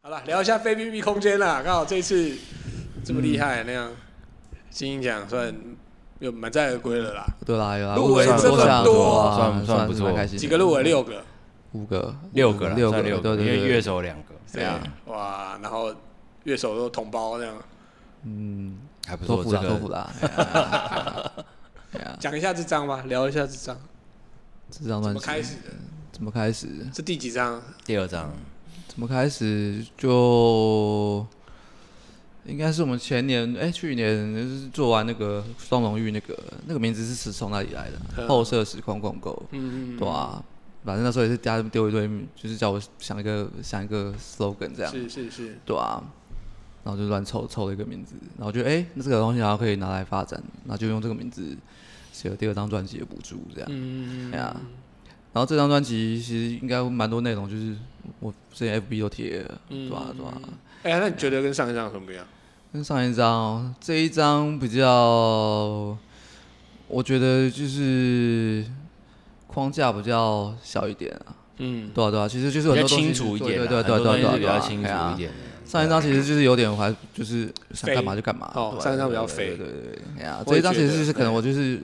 好了，聊一下非 B B 空间啦，刚好这次这么厉害、那样，金鹰奖算又满载而归了啦。对啦，有啦，入围我想这么我想多啊算算算不错蛮开心的。几个入围？六个，五个，嗯六个啦，六个，算对六对个，因对，为乐手两个，对啊，哇，然后乐手都同胞这样，嗯，还不托错。付这啦，托付个啦。哎 呀哎呀，讲一下这张吧，聊一下这张这张怎么专辑开始的，怎么开始？这第几张？第二张，怎么开始就应该是我们前年哎、去年就是做完那个双龙玉那个那个名字是是从哪里来的？嗯后设时空共构，嗯，对啊，反正那时候也是家人丢一堆，就是叫我想一个想一个 slogan 这样，是是是，对啊，然后就乱凑凑了一个名字，然后就哎、那这个东西好像可以拿来发展，然后就用这个名字写了第二张专辑的补助这样。嗯哎呀，然后这张专辑其实应该蛮多内容，就是我之前 FB 都贴了，对吧、对吧、嗯哎呀，那你觉得跟上一张有什么不一样？跟上一张哦这一张比较，我觉得就是框架比较小一点啊，嗯，对啊对啊，其实就是比很多较东西清楚一点啦，对对很对多对东对西对，是比较对啊清哎楚呀一点的。上一张其实就是有点，我还就是想干嘛就干嘛。啊哦对上一张比较肥对对对对。哎呀，我这也一张其觉实得就是可能我就是，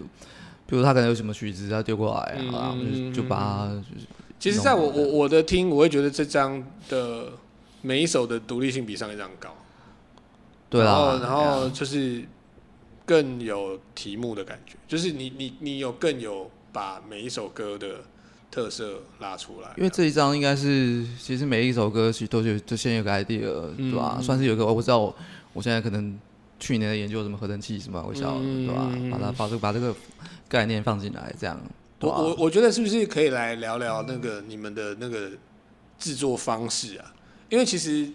比如他可能有什么曲子，他丢过来啊，嗯然后我就就把它就是其实在我我我的听，我会觉得这张的每一首的独立性比上一张高，对然后啦，然哎呀后就是更有题目的感觉，就是你你你有更有把每一首歌的特色拉出来，因为这一张应该是，其实每一首歌其实都有就先有个 idea，对嗯吧？算是有一个，我知道我我现在可能去年的研究什么合成器什么微笑，嗯对吧？把它把这个把这个概念放进来，这样，对我吧？我我觉得是不是可以来聊聊那个你们的那个制作方式啊？因为其实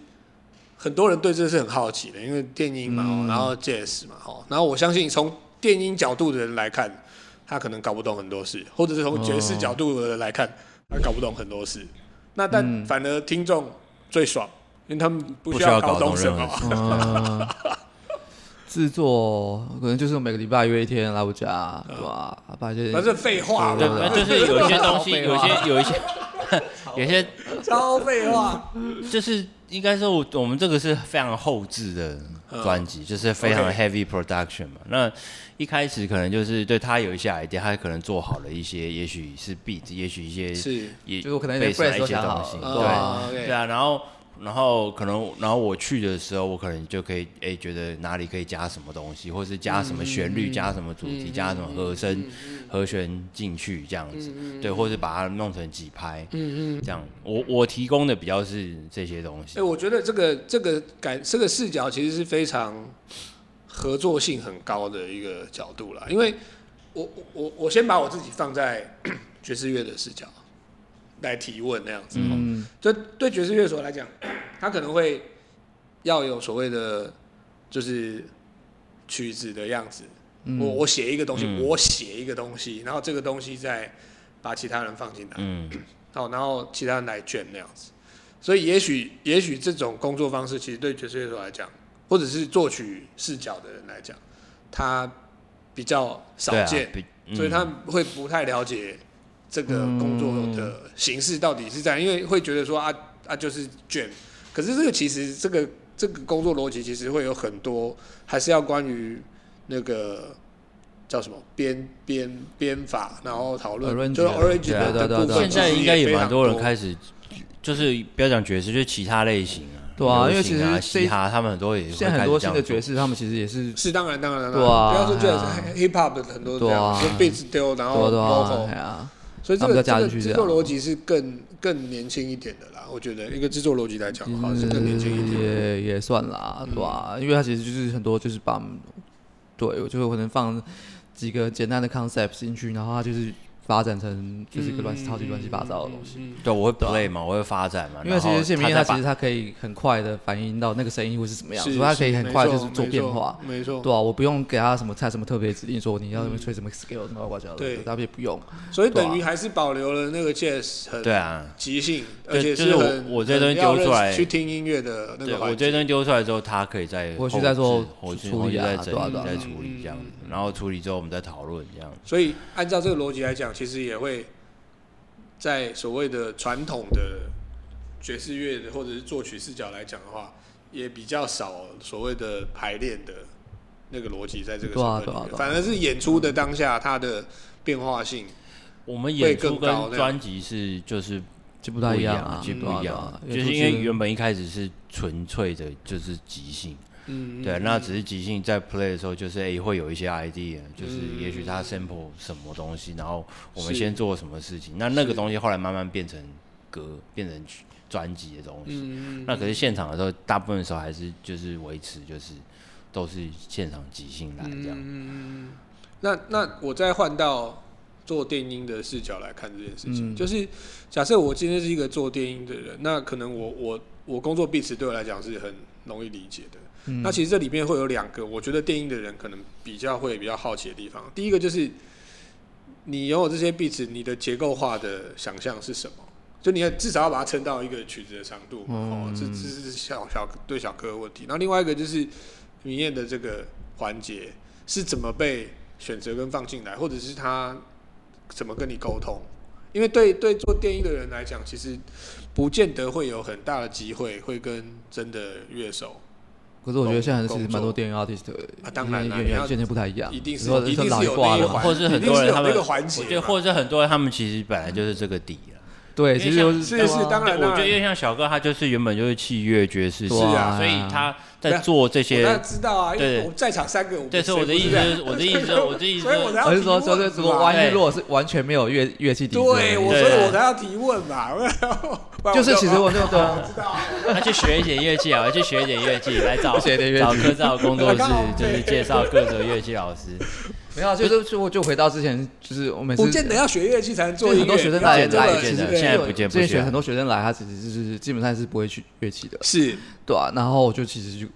很多人对这是很好奇的，因为电音嘛，嗯哦然后 jazz 嘛，哦，然后我相信从电音角度的人来看，他可能搞不懂很多事，或者是从爵士角度的人来看，他搞不懂很多事。那但反而听众最爽，因为他们不嗯不需需要搞搞懂懂什任何么。嗯，制作可能就是每个礼拜约一天来我家，对吧？把一些嗯反正废话对，嘛，那就是有一些东 西，废有一话些有一些有一些 超废话。就是应该说，我我们这个是非常后置的专辑，就是非常嗯 OK heavy production 嘛。那一开始可能就是对他有一些 idea，他可能做好了一些，也许是 beat，也许一些是也就是我可能连 base 啊 phrase 一都些想好东了西，哦对。啊，OK 对啊，然后然后可能然后我去的时候，我可能就可以哎觉得哪里可以加什么东西，或是加什么旋律、加什么主嗯题、加什么和声、和弦进去这样子，嗯对，或是把它弄成几拍，嗯嗯，这样我我提供的比较是这些东哎、西，我觉得这个这个感这个视角其实是非常合作性很高的一个角度啦，因为我我我我先把我自己放在 爵士乐的视角来提问那样子，嗯，就对爵士乐手来讲，他可能会要有所谓的就是曲子的样子，我我写一个东西，嗯我写一个东西，然后这个东西再把其他人放进来，嗯，好，然后其他人来卷那样子。所以也许也许这种工作方式，其实对爵士乐手来讲，或者是作曲视角的人来讲，他比较少对啊见，，比所以嗯他会不太了解这个嗯工作的形式到底是这样，因为会觉得说啊啊就是卷，可是这个其实这个这个工作逻辑其实会有很多，还是要关于那个。叫什么编编编法，然后讨论 Arrange 就是的 arrange 对啊的对啊的对啊部对啊分现在其实应该也也非蛮常多多人开始，就是不要讲爵士，就是其他类型啊，对啊流行因为其实这嘻哈他们很多也会现在很多新的开爵始士，他们其实也是是当然，当然，当然对啊不要说对 jazz 啊 hip hop 的很多这对样，啊就 beats 丢，然后多多啊，哎 vocal，呀，所以这他们个再这加个进去制这作样逻辑是更更年轻一点的啦。我觉得一个制作逻辑来讲的话，其是实更年轻一点。嗯也也算啦，对吧？因为它其实就是很多就是把，对我就可能放几个简单的 concept 进去，然后它就是发展成就是一个乱超级乱七八糟的东嗯西。对，我会 play 嘛，我会发展嘛，啊因为其实谢明明燕他其实他可以很快的反映到那个声音会是什么样，是所以他可以是很没快就错是做没变错化。没错。对啊，我不用给他什么菜什么特别指令，说你要吹什么 scale 什么呱唧嗯对的，他也不用。所以等于还是保留了那个 jazz 很对啊，即兴，对而且就是我很我这东西很要丢出来认识去听音乐的那对，个我环这些境。东西丢出来之后，他可以再回去后再做置回去处回理去再啊对啊整理对啊再对啊处理这样子，嗯然后处理之后我们再讨论这样子。所以按照这个逻辑来讲，其实也会在所谓的传统的爵士乐的或者是作曲视角来讲的话，也比较少所谓的排练的那个逻辑在这个对啊成分里对啊面对啊反而是演出的当下它的变化性，我们会演更高出跟这样专辑是就是就不太一样啊，，啊其嗯实不一对样啊啊，，对就啊是因为原本一开始是纯粹的，就是即兴，嗯，对，啊那只是即兴在 play 的时候，就是诶、会有一些 idea，就是嗯也许他 sample 什么东西，然后我们是先做什么事情，那那是个东西后来慢慢变成歌，变成曲专辑的东西。嗯，那可是现场的时候，大部分的时候还是就是维持就是都是现场即兴来这样。嗯那那我再换到做电音的视角来看这件事情，嗯就是假设我今天是一个做电音的人，那可能我我我工作 beats 对我来讲是很容易理解的。嗯那其实这里面会有两个，我觉得电音的人可能比较会比较好奇的地方。第一个就是你拥有这些 beats，你的结构化的想象是什么？就你至少要把它撑到一个曲子的长度嘛。哦，这这是小小对小哥的问题。然后另外一个就是明艳的这个环节是怎么被选择跟放进来，或者是他怎么跟你沟通？因为对对做电音的人来讲，其实不见得会有很大的机会会跟真的乐手可是我觉得现在其工实作蛮多电影 artist 的啊当然啦演你要员渐渐不太一样，一定是说一定老是一有挂那一的环，嘛，或是很一定多人有他那们个环节我嘛，觉得，或者是很多人他们其实本来就是这个底了。对，其实就是对啊是当然啦我觉得因为像小哥，他就是原本就是器乐爵士，对啊所以他在做这我当些然。知道啊，因为对我们在场三个，我们对，所以我的意思谁是，我的意思是，我的意不是，所以思我才是，要而提是说，说问这嘛如果万对一如果是完全没有乐乐器底子的那个，对，我所对啊以我才要提问嘛， 不然就是其实我那对我啊知道啊，那去学一点乐器啊，去学一点乐器，来 找学一点乐器找科造工作室刚好，就对是介绍各种乐器老师。没有啊，就是就我就回到之前，就是我每次不见得要学乐器才能就做是音乐，很多学生不要来讲这来，个不见其得实现在不见之不前见很多学生来，他其实就是基本上是不会去乐器的，是对啊，然后我就其实就，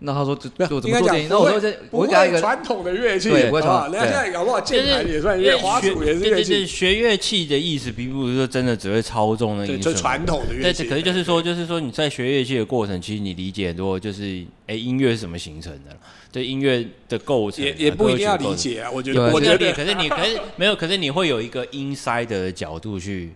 那他说这没这有我怎应该么做讲电影？那我不说会这不我给他一会个，传统的乐器，对不会传统好好人家对现在搞不好键盘也算因为乐，花学鼠也是对乐对对，器，学乐器的意思，并不是说真的只会操纵那个对，音就色。传统的乐对，器，可是就是说，就是说你在学乐器的过程，其实你理解很多，就是哎，音乐是怎么形成的？对音乐的构成啊也也不一定要歌曲理构成解啊，我觉对得，啊我我觉这得里，可是你可是没有，可是你会有一个 inside 的角度去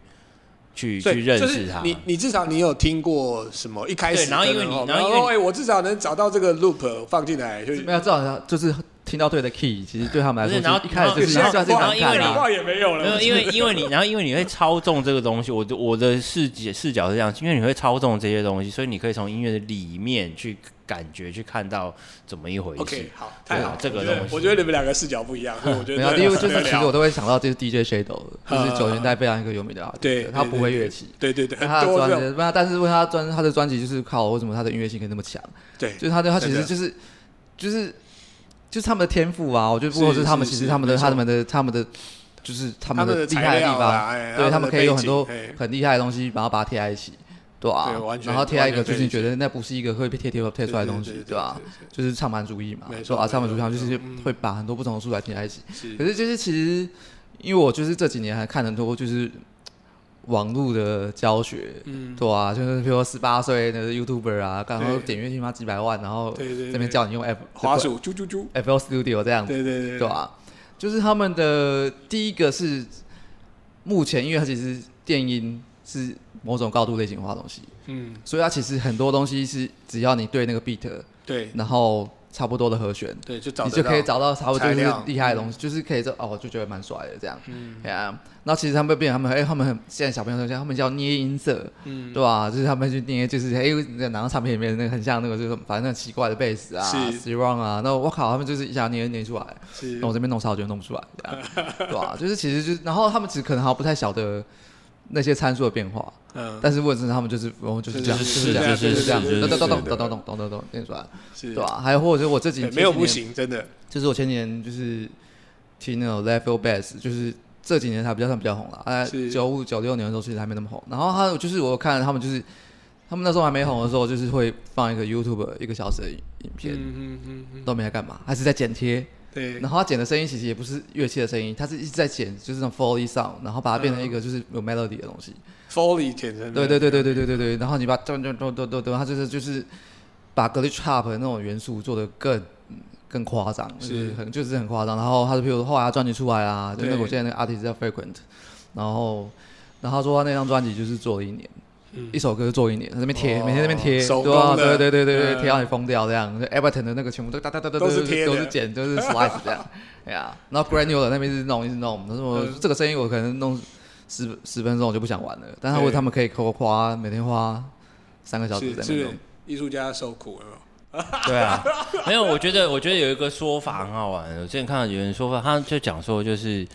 去所去以认就识是它。你你至少你有听过什么？一开始对然后因可为能你哦然后因为说哎，我至少能找到这个 loop 放进来，就是没有，至少他就是听到对的 key，其实对他们来不说，是然后一开始就是现在算是搞不好难看搞因为你不啊。好也没有没了有，。因为因为你，然后因为你会操纵这个东西，我的我的视觉视角是这样，因为你会操纵这些东西，所以你可以从音乐的里面去感觉去看到怎么一回事。 OK，好，太好对了，啊这个我觉得东西我觉得你们两个视角不一样，所以我觉没得有，这个第一个就很是有其聊实我都会想到就是 DJ Shadow，就是啊九十年代非常一个有名的 artist，对，他不会乐对器，，对对对，但 他很的多专这种辑，那但是为他专他的专辑就是靠为什么他的音乐性可以那么强，对，就是他的他其真实的就是就是就是他们的天赋啊，我觉得不过是是他们是其实是他们的没错他们的他们的就是他他们们的的厉材害的料地啦哎方，对他他们的们可以有背很景多哎很厉害的东西，然后把它贴在一起，对吧对完？全然后贴在一完个全可以就是你觉得那不是一个会被贴贴贴出来的东对对西对，对对吧对？就是唱盘主义嘛，没错对吧？没错唱盘主义上就是嗯会把很多不同的素材贴在一起，是可是就是其实，因为我就是这几年还看很多就是网络的教学，嗯对啊，就是比如说十八岁的 YouTuber 啊，刚对好点阅率妈几百万，然后对对对这边叫你用 F 滑鼠啾啾啾， FL Studio 这样子，对对对对啊，就是他们的第一个是目前，因为它其实电音是某种高度类型化的东西，嗯，所以它其实很多东西是只要你对那个 beat，对然后差不多的和弦，对，就找你得就可以到找到差不多材就是料厉害的东西，就是可以说哦，我就觉得蛮帅的这样。嗯，哎呀，那其实他们变成他们哎，他们很现在小朋友都像他们叫捏音色，嗯，对吧？就是他们去捏，就是哎，那哪个唱片里面那个很像那个就是反正很奇怪的贝斯啊是 s i r o n 啊，那我靠，他们就是一下捏捏出来，是那我这边弄超久弄不出来，这样对吧？就是其实就是，然后他们只可能还不太晓得那些参数的变化，嗯但是问题是他们就是我们就是这样，是就是这是样，就是是这样，是是咚咚咚是咚咚咚咚咚咚咚念出来，是对吧？还有或者是我自己对没有前几不年行，真的就是我前几年就是听那种 Level Bass，就是这几年才比较算比较红了。哎是，九五九六年的时候其实还没那么红。然后他就是我看他们就是他们那时候还没红的时候，就是会放一个 YouTube 一个小时的影片，嗯嗯嗯嗯，都没在干嘛，还是在剪贴。对然后他剪的声音其实也不是乐器的声音，他是一直在剪，就是那种 Foley sound，然后把它变嗯成一个就是有 melody 的东西。 ，Foley 简称对对对对对对对对。然后你把咚咚咚咚咚咚，他就是就是把 glitch hop 那种元素做的更更夸张，是就是很就是很夸张。然后他就譬如说后来他专辑出来啊，就对那个我现在那个 artist 叫 Frequent，然后然后他说他那张专辑就是做了一年，一首歌做一年，在那边贴，嗯哦每天在那边贴，手对啊，工的对对对对嗯对，贴到你疯掉这样。就 Everton 的那个全部都哒哒哒哒都是贴的都是剪，都是 slice 这样，哎呀，然后 Granular 那边是弄一直弄，他说我嗯这个生意我可能弄十十分钟我就不想玩了，但他为对他们可以扣花每天花三个小时是在那边是弄，艺术家受苦了。 对啊，没有，我觉得我觉得有一个说法很好玩，我之前看到有人说法，他就讲说，就是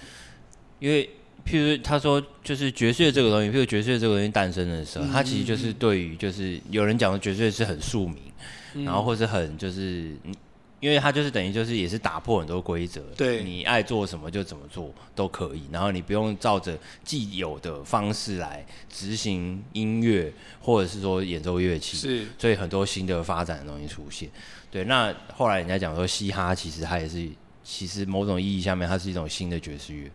因为譬如他说，就是爵士乐这个东西，譬如爵士乐这个东西诞生的时候，它其实就是对于就是有人讲爵士乐是很庶民，然后或是很就是。嗯因为它就是等于就是也是打破很多规则，对你爱做什么就怎么做都可以，然后你不用照着既有的方式来执行音乐，或者是说演奏乐器，是所以很多新的发展的东西出现。对，那后来人家讲说，嘻哈其实它也是，其实某种意义下面，它是一种新的爵士乐，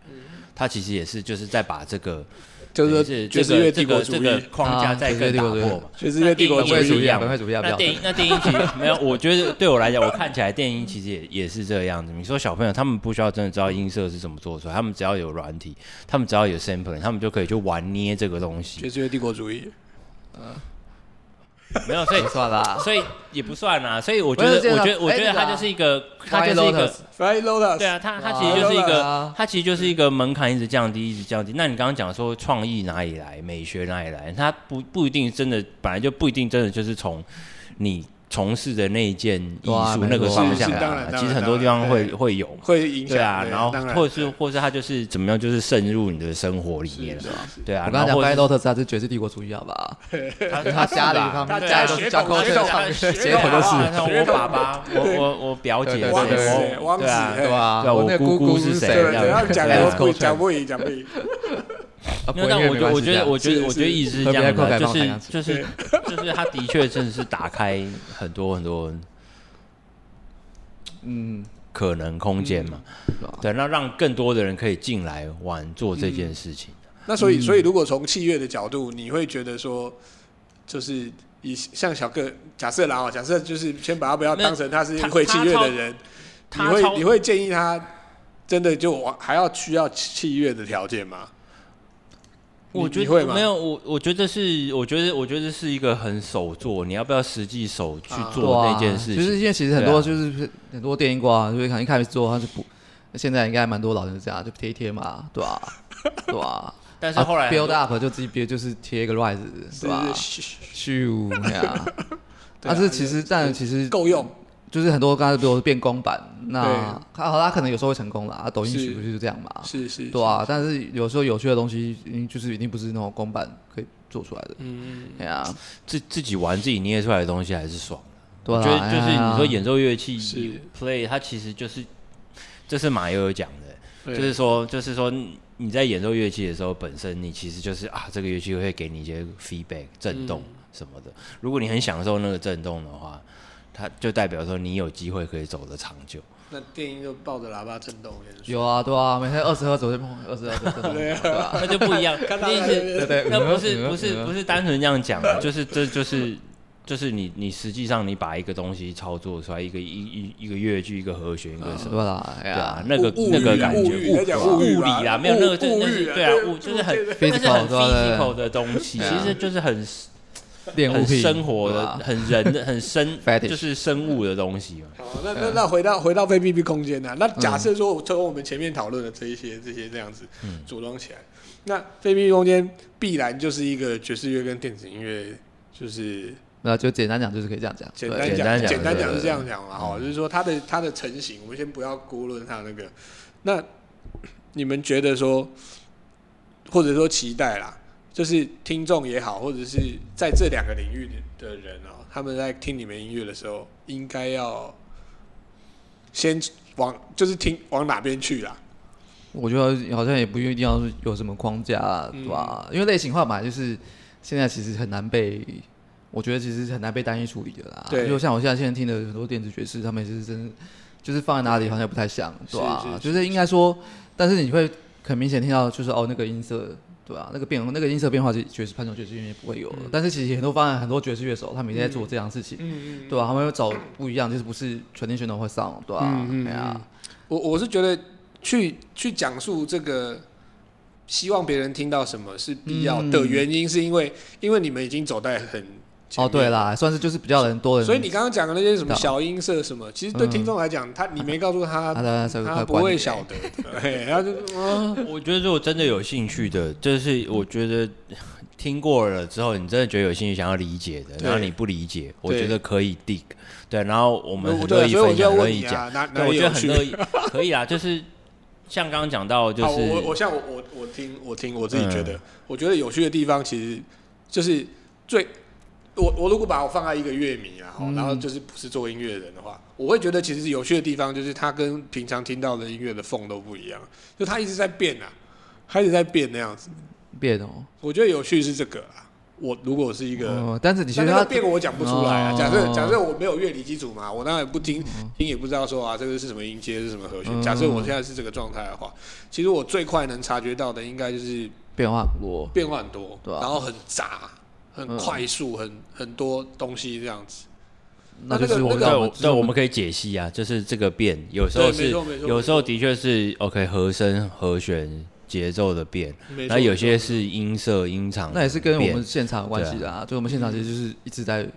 它其实也是就是在把这个就等于是爵这士个乐帝这国个主这个义，框架啊再爵士乐更帝打国主义破嘛。爵士乐帝国主那本电位影义主一义啊，样本位主义啊，不那要电影那电影其实没有，我觉得对我来讲，我看起来电影其实也也是这样子。你说小朋友他们不需要真的知道音色是怎么做出来，他们只要有软体，他们只要有 sampling，他们就可以去玩捏这个东西。爵士乐帝国主义，没有，所以不算啦。啊所以也不算啦。所以我觉不得是这，样我啊觉得，我觉哎得那个啊它就是一个，它 White 就是 Lotus 一个， Fly Lotus， 对啊，它它啊其实就是一对个啊，它其实就是一个门槛一直降低，一直降低。那你刚刚讲说创意哪里来，美学哪里来，它不不一定真的，本来就不一定真的就是从你从事的那一件艺对啊术没错那个方向是是当然当来啊，然其实很多地方当会然会有。会影响对啊，然后当然或者是或是它就是怎么样，就是渗入你的生活里面了是啊是，对啊。我刚刚然讲后或 Five 者 Lotus，它是爵士帝国主义，好不好？他他家里他他们家家里都血是加统扣血在统上面，血血统统都啊是。像我爸爸，我我我表姐谁，对对对对我汪子对啊，对吧对啊，我我那个姑姑姑是是谁谁？哎对，这样等要对对讲对我对不对讲不赢，讲不赢。啊没有，但国乐我没觉得，关我系这觉得，是样我觉得，我觉得是一直特这别样扣开的，就放海是洋就是就是，他的确真的是打开很多很多嗯，可能空间嘛，对，那让更多的人可以进来玩做这件事情。那所以，所以如果从器乐的角度，你会觉得说，就是以像小个假设啦哦，假设就是先把他不要当成他是会器乐的人，你他超会你会建议他真的就往还要需要器乐的条件吗？你我觉你会得吗没有，我我觉得是，我觉得我觉得是一个很手做，你要不要实际手去啊做对啊那件事情？就是因为其实很多对啊就是很多电音瓜，就是可能一开始做他就不，现在应该蛮多老人是这样，就贴一贴嘛，对吧？对吧？ 但是后来啊很多 build up 就自己 build 就是贴一个 rise，是对吧？嘘嘘嘘咻，对啊。对啊但是其实，但其实够用，就是很多刚才比如变公版，那对他好，他可能有时候会成功啦，啊抖音是曲不就是这样嘛？是是，对啊，但是有时候有趣的东西，嗯就是一定不是那种公版可以做出来的。嗯，哎呀，自自己玩自己捏出来的东西还是爽。对啊，我觉得就是哎呀你说演奏乐器是 you play，它其实就是这是马友友讲的，嗯对就是说就是说你你在演奏乐器的时候，本身你其实就是啊，这个乐器会给你一些 feedback 震嗯动什么的。如果你很享受那个震动的话，它就代表说你有机会可以走得长久。那电音就抱着喇叭震动，我跟你说有啊，对啊，每天二十二左右碰，二十二左右，对吧？那就不一样，啊 看到那意思对对，那不嗯是嗯不是嗯不是单纯这样讲的，就是这就是就是你你实际上你把一个东西操作出来，一个一一一个乐句，一个和弦，一个什么对。吧？哎对啊呀，，那个物那个欲感物觉欲在讲物物欲吧理啦，没有物那个就物那欲是啊对啊对，物就是很物那是很 Physical，对啊对 physical 的东西，对啊其实就是很练物很品，生活对的、吧很人的、很生 Fetish 就是生物的东西嘛。好，那那那回到回到非密闭空间呢、那假设说，从我们前面讨论的这一些这些这样子组装起来，那非密闭空间必然就是一个爵士乐跟电子音乐，就是那就简单讲，就是可以这样讲，简对单简讲单讲简单对讲是对嗯这样讲嘛，哈，就是说它的它的成型，我们先不要估论它那个。那你们觉得说，或者说期待啦，就是听众也好，或者是在这两个领域的人哦、他们在听你们音乐的时候，应该要先往就是听往哪边去啦？我觉得好像也不一定要有什么框架，嗯对吧？因为类型化嘛，就是现在其实很难被，我觉得其实很难被单一处理的啦。对就像我现在现在听的很多电子爵士，他们也是真的，就是放在哪里好像也不太像，对吧是是？就是应该说，但是你会很明显听到，就是哦那个音色。对吧？那个变那个音色变化，其实爵士传统爵士乐也不会有的。但是其实很多方案，很多爵士乐手他们也在做这样的事情，嗯嗯，对吧、他们会找不一样，就是不是纯天选手会上，对吧、啊嗯嗯哎呀、我我是觉得去去讲述这个希望别人听到什么是必要的原因，是因为、因为你们已经走在很前哦，面对啦，算是就是比较人多人，所以你刚刚讲的那些什么小音色什么，其实对听众来讲，他你没告诉他，他的这个他快不关会你晓得 的，嘿他就啊，我觉得如果真的有兴趣的，就是我觉得听过了之后，你真的觉得有兴趣想要理解的，对然后你不理解，我对觉得可以 dig。对，然后我们很乐对，意所以我分就要享，乐问意你讲。啊，哪对，哪我里觉得有很趣？乐意，可以啦，啊就是像刚刚讲到，就 好，是我我像我我我听我听我自己觉得，我觉得有趣的地方其实就是最。我我如果把我放在一个乐迷啊，然后就是不是做音乐的人的话，我会觉得其实有趣的地方就是它跟平常听到的音乐的缝都不一样，就它一直在变啊，它一直在变那样子。变哦，我觉得有趣是这个啊。我如果是一个哦，但是你觉但得那个他变我讲不出来啊。假设哦假设我没有乐理基础嘛，我当然不听，听也不知道说啊，这个是什么音阶，是什么和弦。嗯假设我现在是这个状态的话，其实我最快能察觉到的应该就是变化很多，变化很多，对啊然后很杂、很快嗯速、很很多东西这样子。那就是我那个们对，那我对，我们可以解析啊，就是这个变，有时候对没是错没，错有时候的确是 OK 和声、和弦、节奏的变，没错那有些是音色、音场的变，那也是跟我们现场有关系的啊，就我们现场其实就是一直在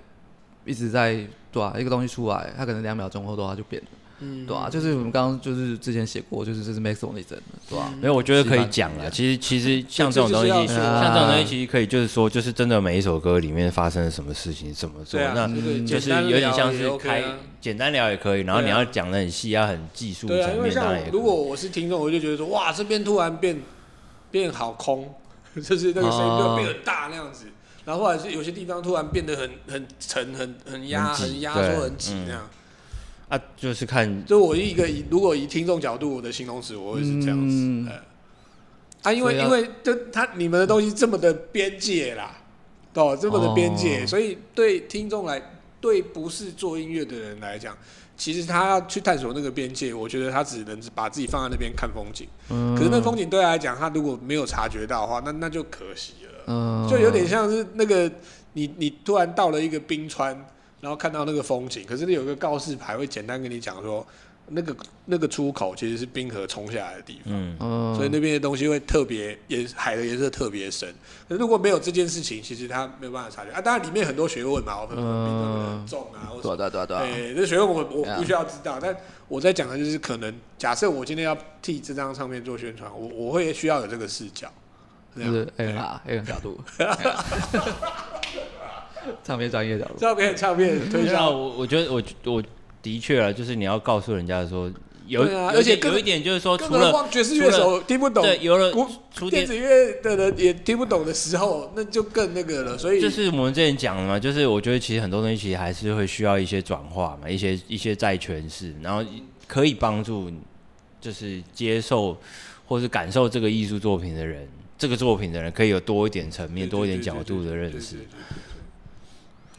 一直在对啊，一个东西出来，它可能两秒钟后的话就变了，嗯对啊，就是我们刚刚就是之前写过，就是这是 Max Only 真的，对嗯啊，没有，我觉得可以讲了。其实其实像这种东西，这就是要啊说像这种东西其实可以就是说，就是真的每一首歌里面发生了什么事情，怎么做，对啊，那是就简是单有点聊像也是 OK 开啊简单聊也可以，然后对你啊要讲的很细，要很技术对啊，因层为面，像当我然也可如以果。我是听众，我就觉得说，哇，这边突然变变好空， 就是那个声音就变很大那样子。然后或者是有些地方突然变得很很沉、很很压、很挤很压对嗯缩、很挤那样。啊，就是看就我一个以如果以听众角度，我的形容词我会是这样子。嗯呃啊，因为所以要因为就他你们的东西这么的边界啦，哦，这么的边界，哦所以对听众来，对不是做音乐的人来讲，其实他要去探索那个边界，我觉得他只能把自己放在那边看风景。嗯可是那风景对他来讲，他如果没有察觉到的话，那那就可惜了。嗯就有点像是那个你你突然到了一个冰川，然后看到那个风景，可是有一个告示牌会简单跟你讲说，那个那个出口其实是冰河冲下来的地方，嗯，嗯所以那边的东西会特别颜海的颜色特别深。可是如果没有这件事情，其实他没有办法察觉啊。当然里面很多学问嘛，我们冰河很重啊，或对啊对啊对啊对啊，对，这学问我我 Yeah 不需要知道，但我在讲的就是可能，假设我今天要替这张唱片做宣传，我我会需要有这个视角，这就样哎是哎 A 啦 A 角 度，哎唱片专业角 度，照片照片推对啊，销，我我觉得我我的确啊，就是你要告诉人家说有，对啊有而且一点更有一点就是说，更除何了况爵士乐除手听不懂，对，有了古除电点子乐的人也听不懂的时候，那就更那个了。所以就是我们之前讲的嘛，就是我觉得其实很多东西其实还是会需要一些转化嘛，一些一些再诠释，然后可以帮助就是接受或是感受这个艺术作品的人，这个作品的人可以有多一点层面、多一点角度的认识。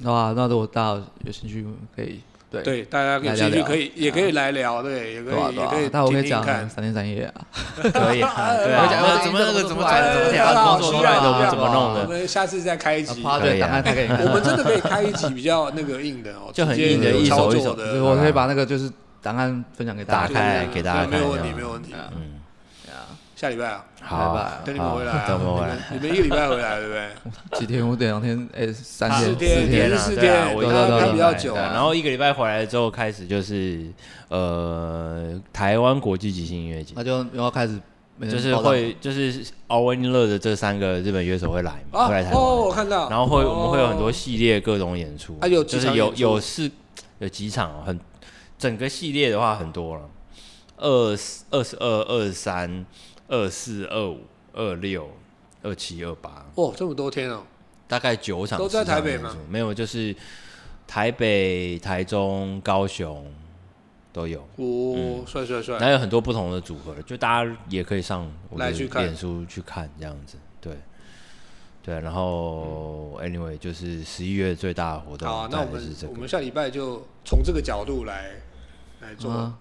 哇，啊那如果大家有兴趣可以对对大家有来聊兴趣聊可啊以也可以来聊，对，也可对啊以对也可以啊，那我可听以听讲看。三天三夜啊，可以啊，对啊我，讲那怎么那个怎么转怎么哎大家调好工作需出来要的，我这们样怎么哦弄我的？们下次再开一集。趴 可着以档案啊拍给你我看，们真的可以开一集比较那个硬的哦，就很直接硬的一操手一作手就是的，我可以把那个就是档案分享给大家，打开给大家没有问看题，一下没有问题。嗯，下礼拜啊，好拜拜，等你们回来啊，好等我们回来你们你们一个礼拜回来，对不对？几天五天两天哎三天四四天天也是啊四对啊天我对一对个对礼比较拜久对啊然后一个礼拜回来之后开始就是呃台湾国际即兴音乐节，那就然后开始每天就是报道会就是奥温乐的这三个日本乐手会来嘛，啊会来台，湾，哦，我看到，然后会、哦我们会有很多系列各种演出，啊有几就场是有演出有四有几场哦很整个系列的话很多了，二十二十二二三二四二五二六二七二八。哦，这么多天哦，大概九场都在10场台北演吗出？没有，就是台北、台中、高雄都有，嗯哦，帅帅帅，然后有很多不同的组合，就大家也可以上我的来去看脸书去看这样子，对。对，然后、anyway 就是十一月最大的活动，好啊，那我大概是们这我个们下礼拜就从这个角度来来做，啊，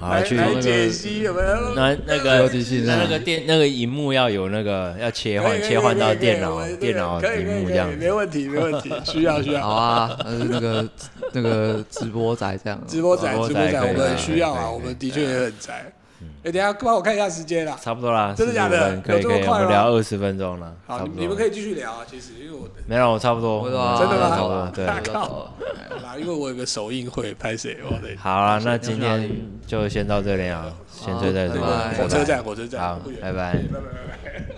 好来去来解析有没有？那那有个几期那啊那个电那个荧幕要有那个要切可换以可以切换到可以可以电脑我电脑可以荧可以幕可以这样没子，问题没问题， 需要需要好。啊，那是那个那个直播仔这样，直播仔，直播直仔播仔，可我以们可以很需要可以啊，可以我们的确也很宅。哎，等一下帮我看一下时间啊啦。差不多啦，真的假的45分可有以这么可以，快我们吗聊二十分钟了，好，差你不们多。你们可以继续聊啊，其实因为我的没有，我差不多，我的真的吗差不多对。我靠走了好啦，因为我有个首映会拍谁，我得好了，那今天就先到这里啊，先就在这里，好拜拜火车站，火车站好不，远拜拜。拜拜拜拜。